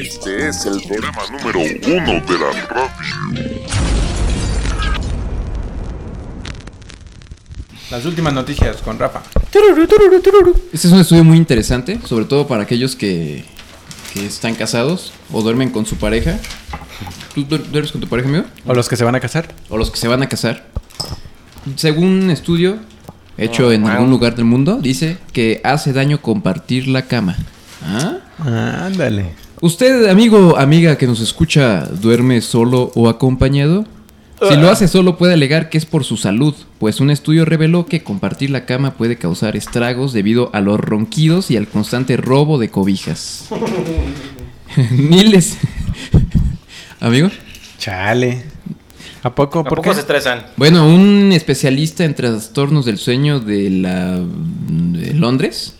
Este es el programa número uno de la radio. Las últimas noticias con Rafa. Este es un estudio muy interesante, sobre todo para aquellos que, que están casados o duermen con su pareja. ¿Tú duer- duermes con tu pareja, amigo? ¿O los que se van a casar? O los que se van a casar. Según un estudio hecho en algún lugar del mundo, dice que hace daño compartir la cama. ¿Ah? Ándale. Usted, amigo, amiga que nos escucha, duerme solo o acompañado. Si lo hace solo puede alegar que es por su salud, pues un estudio reveló que compartir la cama puede causar estragos debido a los ronquidos y al constante robo de cobijas. Niles. Amigo. Chale. ¿A poco? ¿A ¿Por poco qué? se estresan? Bueno, un especialista en trastornos del sueño de la de Londres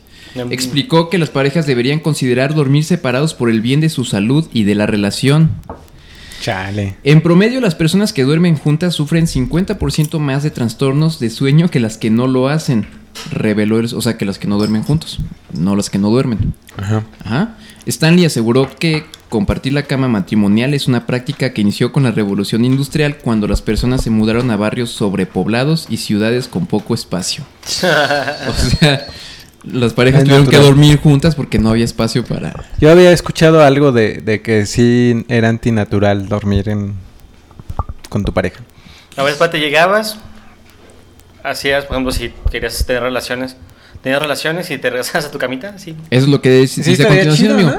explicó que las parejas deberían considerar dormir separados por el bien de su salud y de la relación. Chale. En promedio, las personas que duermen juntas sufren 50% más de trastornos de sueño que las que no lo hacen. Reveló, el- o sea, que las que no duermen juntos, no las que no duermen. Ajá. Ajá. Stanley aseguró que compartir la cama matrimonial es una práctica que inició con la revolución industrial cuando las personas se mudaron a barrios sobrepoblados y ciudades con poco espacio. O sea, las parejas Es tuvieron que natural. dormir juntas porque no había espacio para... Yo había escuchado algo de, de que sí era antinatural dormir en, con tu pareja. A ver, te llegabas, hacías, por ejemplo, si querías tener relaciones, tenías relaciones y te regresabas a tu camita, así. Eso es lo que dice Sí, dice a estaría continuación, chido,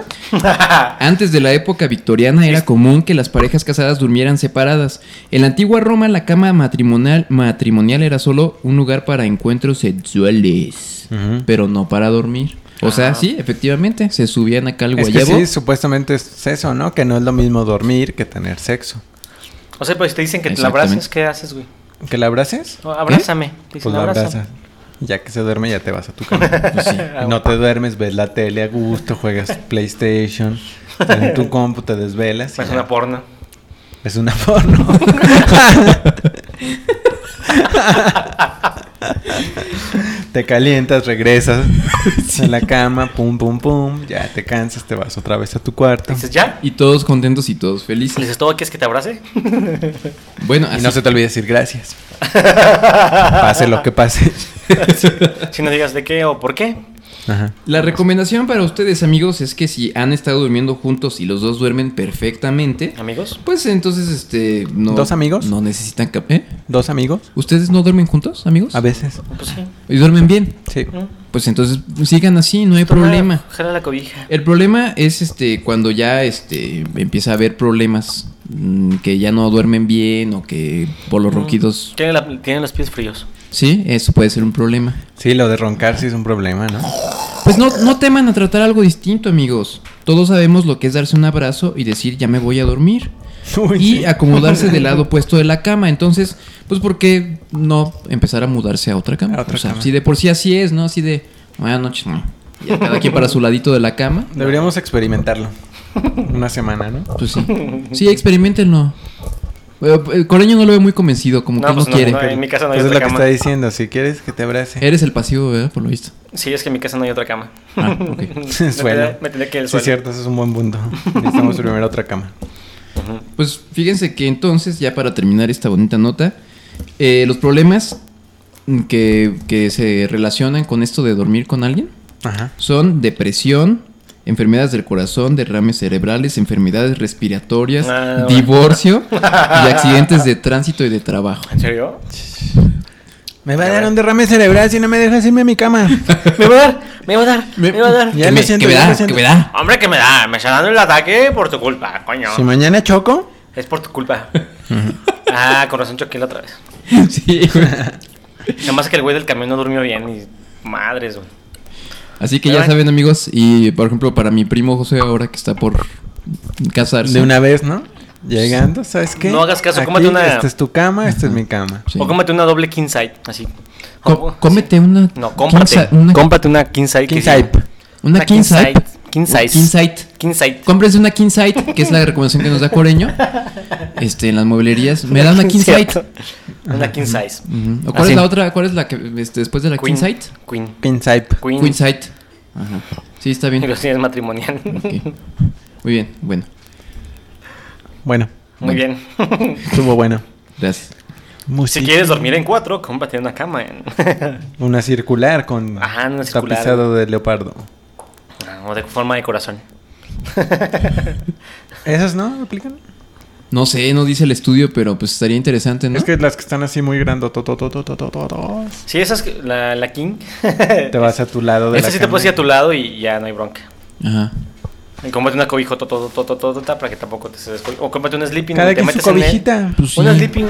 amigo. ¿no? Antes de la época victoriana era común que las parejas casadas durmieran separadas. En la antigua Roma la cama matrimonial, matrimonial era solo un lugar para encuentros sexuales, Ujú. pero no para dormir. O sea, sí, efectivamente, se subían acá al Ah. Es que guayabo. sí, supuestamente es eso, ¿no? Que no es lo mismo dormir que tener sexo. O sea, pero si te dicen que te la Exactamente. abraces, ¿qué haces, güey? ¿Que la abraces? No, abrázame. Te dicen, Pues la abrázame. abrazas. Ya que se duerme, ya te vas a tu cama. Pues sí. Y no te duermes, ves la tele a gusto, juegas PlayStation, en tu compu te desvelas. y Es ya. una porno. Es una porno. te calientas, regresas a la cama, pum, pum, pum. Ya te cansas, te vas otra vez a tu cuarto. Dices, ¿ya? Y todos contentos y todos felices. Dices, ¿todo quieres que te abrace? Bueno, Y así- no se te olvide decir gracias. Ah, Pase lo que pase. Si no digas de qué o por qué. Ajá. La recomendación para ustedes, amigos, es que si han estado durmiendo juntos y los dos duermen perfectamente, Amigos, pues entonces, este, no- ¿Dos amigos? no necesitan... cap- ¿Eh? ¿Dos amigos? ¿Ustedes no duermen juntos, amigos? A veces. pues sí. Y duermen bien. Sí. Pues entonces sigan así, no hay Toma, problema. Jala la cobija. El problema es este cuando ya este empieza a haber problemas mm, que ya no duermen bien o que por los ronquidos, Tiene, la- tiene los pies fríos. sí, eso puede ser un problema. Sí, lo de roncar sí es un problema, ¿no? Pues no no teman a tratar algo distinto, amigos. Todos sabemos lo que es darse un abrazo y decir ya me voy a dormir Uy, y Pues sí. acomodarse del lado opuesto de la cama. Entonces, pues por qué no empezar a mudarse a otra cama? A otra O sea, cama. si de por sí así es, ¿no? Así de buenas noches, no. Ya cada quien para su ladito de la cama. Deberíamos experimentarlo. Una semana, ¿no? Pues sí. Sí, experimentenlo. Eh, eh, Coreño no lo ve muy convencido, como No, que pues no no, quiere. no, en mi casa no hay Eso es otra lo que cama. está diciendo. Si quieres que te abrace. Eres el pasivo, ¿verdad? Por lo visto. Sí, es que en mi casa no hay otra cama. Ah, ok. Me El suelo. tendría- Me tendría que ir al Sí, es suelo. cierto, ese es un buen punto. Necesitamos primero otra cama. Pues fíjense que entonces, ya para terminar esta bonita nota, eh, los problemas que, que se relacionan con esto de dormir con alguien Ajá. son depresión, enfermedades del corazón, derrames cerebrales, enfermedades respiratorias, Ah, bueno. divorcio y accidentes de tránsito y de trabajo. ¿En serio? Me va a dar un derrame cerebral si no me dejas irme a mi cama. Me va a dar, me va a dar, me, va a dar. Ya Que me me- siento, que me ya da, me siento. que me da. Hombre, que me da, me está dando el ataque por tu culpa, coño. Si mañana choco. Es por tu culpa. ah, con razón choqué la otra vez. Sí, güey. Nada más que el güey del camión no durmió bien y madres, güey. Así que ya Ay. saben amigos, y por ejemplo para mi primo José ahora que está por casarse. De una vez, ¿no? Llegando, ¿sabes qué? No hagas caso, Aquí, cómete una- Esta es tu cama, esta es mi cama. Sí. O cómete una doble king size, así. Co- cómete una No, cómprate. quinza- una, Cómprate una king size. King que sí. type. una king quince size. King Una size. King size. King size. Cómprese una King Sight, que es la recomendación que nos da Coreño. Este, en las mueblerías. Me da una King Sight. Cierto. Una king size. Ujú. ¿O cuál Así. es la otra? ¿Cuál es la que este, después de la King Sight? Queen. Pinsipe. Queen. Queen Sight. Ajá. Sí, está Y bien. los tienes matrimonial. Ok. Muy bien, bueno. Bueno, Muy bien. estuvo bueno. Gracias. si Música. quieres dormir en cuatro, cómprate una cama. En... Una circular con Ajá, una circular. tapizado de leopardo. Ah, o de forma de corazón. ¿Esas no aplican? No sé, no dice el estudio, pero pues estaría interesante, ¿no? Es que las que están así muy grandotototototototos. Sí, esa es la, la king. Te vas a tu lado de Esta la sí te puedes ir a tu lado y ya no hay bronca. Ajá. Y cómprate una cobijo to- to- to- to- to- to- para que tampoco te se desco- O cómprate un sleeping. Cada y que te su metes en él. cobijita. Pues sí. Una sleeping.